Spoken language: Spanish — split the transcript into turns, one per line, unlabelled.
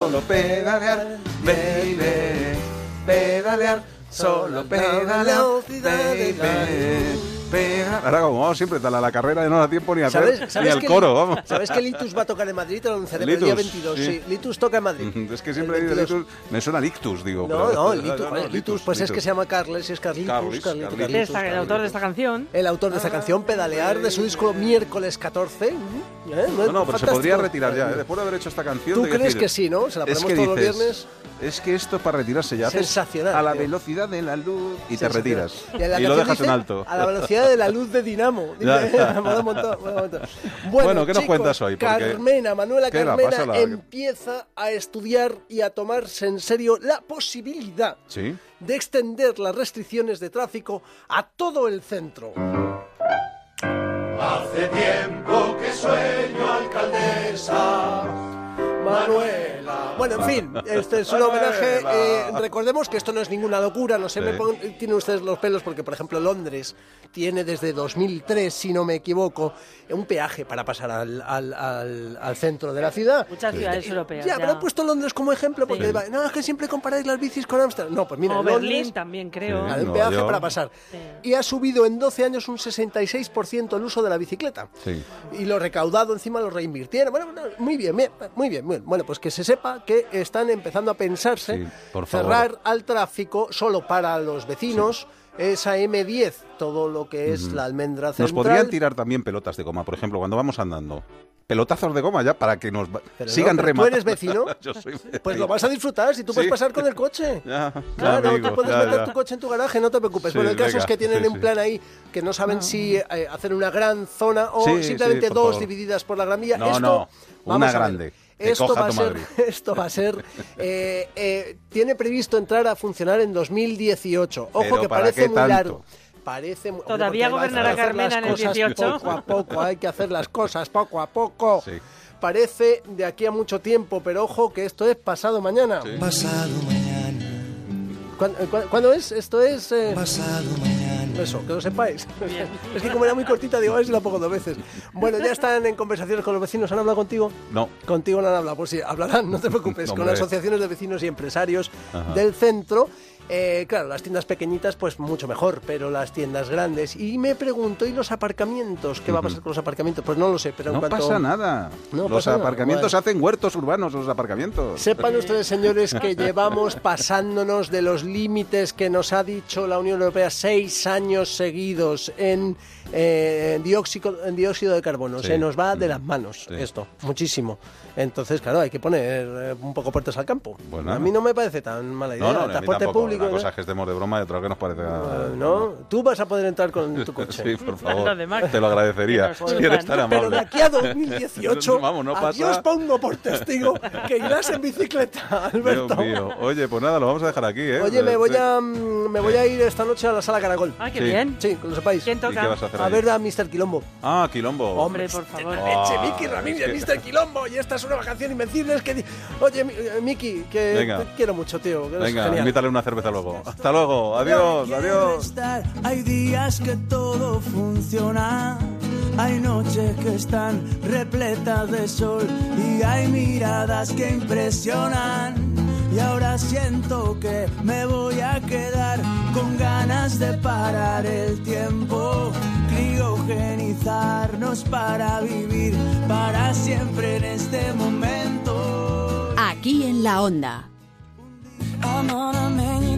Solo pedalear, baby. Pedalear, solo pedalear, baby. Pedalear. Ahora, como vamos siempre, tal a la carrera, no da tiempo ni, a hacer,
¿Sabes-
ni
sabes
al
que-
coro, vamos.
¿Sabes que Litus va a tocar en Madrid? Te Lo anunciaremos el
Litus,
día 22.
sí.
Sí. Litus toca en Madrid.
Es que siempre
El
digo
22.
Litus, me suena Lictus, digo.
No,
pero-
no, el Litus,
no,
Litus, pues es que se llama Carles, es Carlitus,
Carlis,
Carlitus,
Carlitus.
Carlitus,
Esta- el autor de Ah.
Carlitus.
esta canción.
El autor de esta canción, Pedalear, de su disco Miércoles 14. ¿eh?
No, no, pero se
Fantástico.
podría retirar ya, ¿eh? después de haber hecho esta canción.
¿Tú
de decir,
crees que sí, no? Se la
es
ponemos
que
todos los
dices,
viernes.
Es que esto es para retirarse ya. haces
Sensacional,
A la
tío.
velocidad de la luz y te
Sensacional.
retiras.
Y, a la
Y lo
canción
dejas en
dice,
alto.
A la velocidad de la luz de Dinamo. Dice,
Ya, ya.
mola un montón, mola un montón.
Bueno, ¿qué nos cuentas hoy? Porque-
Carmena, Manuela
¿Qué la
Carmena
pasa la-
empieza a estudiar y a tomarse en serio la posibilidad
Sí.
de extender las restricciones de tráfico a todo el centro.
Hace tiempo que sueño, alcaldesa.
Manuela. Bueno, en fin, este es un homenaje. eh, recordemos que esto no es ninguna locura. No sé,
Sí.
me pon- tienen ustedes los pelos porque, por ejemplo, Londres tiene desde 2003, si no me equivoco, un peaje para pasar al, al- al- al centro de la ciudad.
Muchas ciudades europeas.
Ya, pero he puesto Londres como ejemplo porque va, no, es que siempre comparáis las bicis con Ámsterdam. No, pues mira,
o
Londres,
Berlín también, creo.
Sí.
Hay un
Nueva
peaje
York.
para pasar.
Sí.
Y ha subido en 12 años un 66% el uso de la bicicleta.
Sí.
Y lo recaudado encima lo reinvirtieron. Bueno, bueno, muy bien, bien, muy bien, muy bien. Bueno, pues que se sepa que están empezando a pensarse
Sí, por favor.
cerrar al tráfico solo para los vecinos esa M10, todo lo que es la almendra
Nos
central.
podrían tirar también pelotas de goma, por ejemplo, cuando vamos andando. Pelotazos de goma ya para que nos va-
Pero no,
sigan
pero ¿Tú
rematando.
eres vecino?
Yo soy vecino.
Pues lo vas a disfrutar si tú puedes
Sí.
pasar con el coche.
Ya, ya,
Claro,
amigo,
Ah, te puedes
ya,
meter
ya.
tu coche en tu garaje, no te preocupes.
Sí,
bueno, el caso
venga,
es que tienen
sí,
un
sí.
plan ahí que no
Ah.
saben si eh, hacer una gran zona o
Sí, sí,
simplemente
por
dos
favor.
divididas por la gran vía.
No,
Esto-
no, una
vamos a ver.
grande, que
Esto
coja
va, a
tu
ser,
Madrid.
esto va a ser. eh, eh, tiene previsto entrar a funcionar en 2018. Ojo
Pero
que
¿para
parece
qué
muy
tanto?
largo. Parece muy- hombre,
Todavía
porque hay que
gobernará
hacer
Carmena
las
en el
cosas
18.
Poco a poco, hay que hacer las cosas poco a poco.
Sí.
Parece de aquí a mucho tiempo, pero ojo que esto es pasado mañana.
Pasado mañana,
¿Cuán- eh, cuán- ¿Cuándo es? Esto es... eh,
pasado mañana.
Eso, que lo sepáis. Es que como era muy cortita, digo, a ver si la pongo dos veces. Bueno, ya están en conversaciones con los vecinos. ¿Han hablado contigo?
No.
Contigo no han hablado, pues sí, hablarán, no te preocupes, con
Hombre.
asociaciones de vecinos y empresarios
Ajá.
del centro. Eh, claro, las tiendas pequeñitas, pues mucho mejor, pero las tiendas grandes. Y me pregunto, ¿y los aparcamientos? ¿Qué va a pasar con los aparcamientos? Pues no lo sé, pero en
No
cuanto...
pasa nada.
No
los
pasa nada,
aparcamientos
guay.
hacen huertos urbanos, los aparcamientos.
Sepan ustedes, señores, que llevamos pasándonos de los límites que nos ha dicho la Unión Europea seis años seguidos en, eh, en dióxico- en dióxido de carbono.
Sí. Mm.
Se nos va de las manos
Sí.
esto, muchísimo. Entonces, claro, hay que poner eh, un poco puertas al campo.
Pues nada.
a mí no me parece tan mala idea.
No, no, no, a mí
Transporte
tampoco.
público.
Una cosa
¿no?
es que estemos de broma y otra que nos parece...
Eh, ¿no? Tú vas a poder entrar con tu coche.
Sí, por
Lo
favor.
de Max.
Te lo agradecería.
Que
Si
nos
eres
cuentan.
tan
Pero de
amable.
aquí a 2018,
Vamos, no pasa-
adiós Pauno por testigo, que irás en bicicleta, Alberto.
Dios mío. Oye, pues nada, lo vamos a dejar aquí, ¿eh?
Oye, me
Sí.
voy, a, mm, me voy a ir esta noche a la sala Caracol.
Ah, qué
Sí.
bien.
Sí, que lo sepáis.
¿Quién
¿Y qué vas a
toca?
hacer
A
allí?
ver a Mr. Quilombo.
Ah, Quilombo.
Hombre, por favor.
Ah,
Leche, Miki Ramírez,
es
Mr. Quilombo. Y esta es una canción invencible. Es que. di- Oye, Mi- eh, Miki, que
Venga.
te quiero mucho, tío. Que eres
Venga,
genial.
invítale una cerveza luego. Hasta luego. Adiós, adiós.
Hay días que todo funciona. Hay noches que están repletas de sol y hay miradas que impresionan. Y ahora siento que me voy a quedar con ganas de parar el tiempo, criogenizarnos para vivir para siempre en este momento.
Aquí en la onda.
I'm on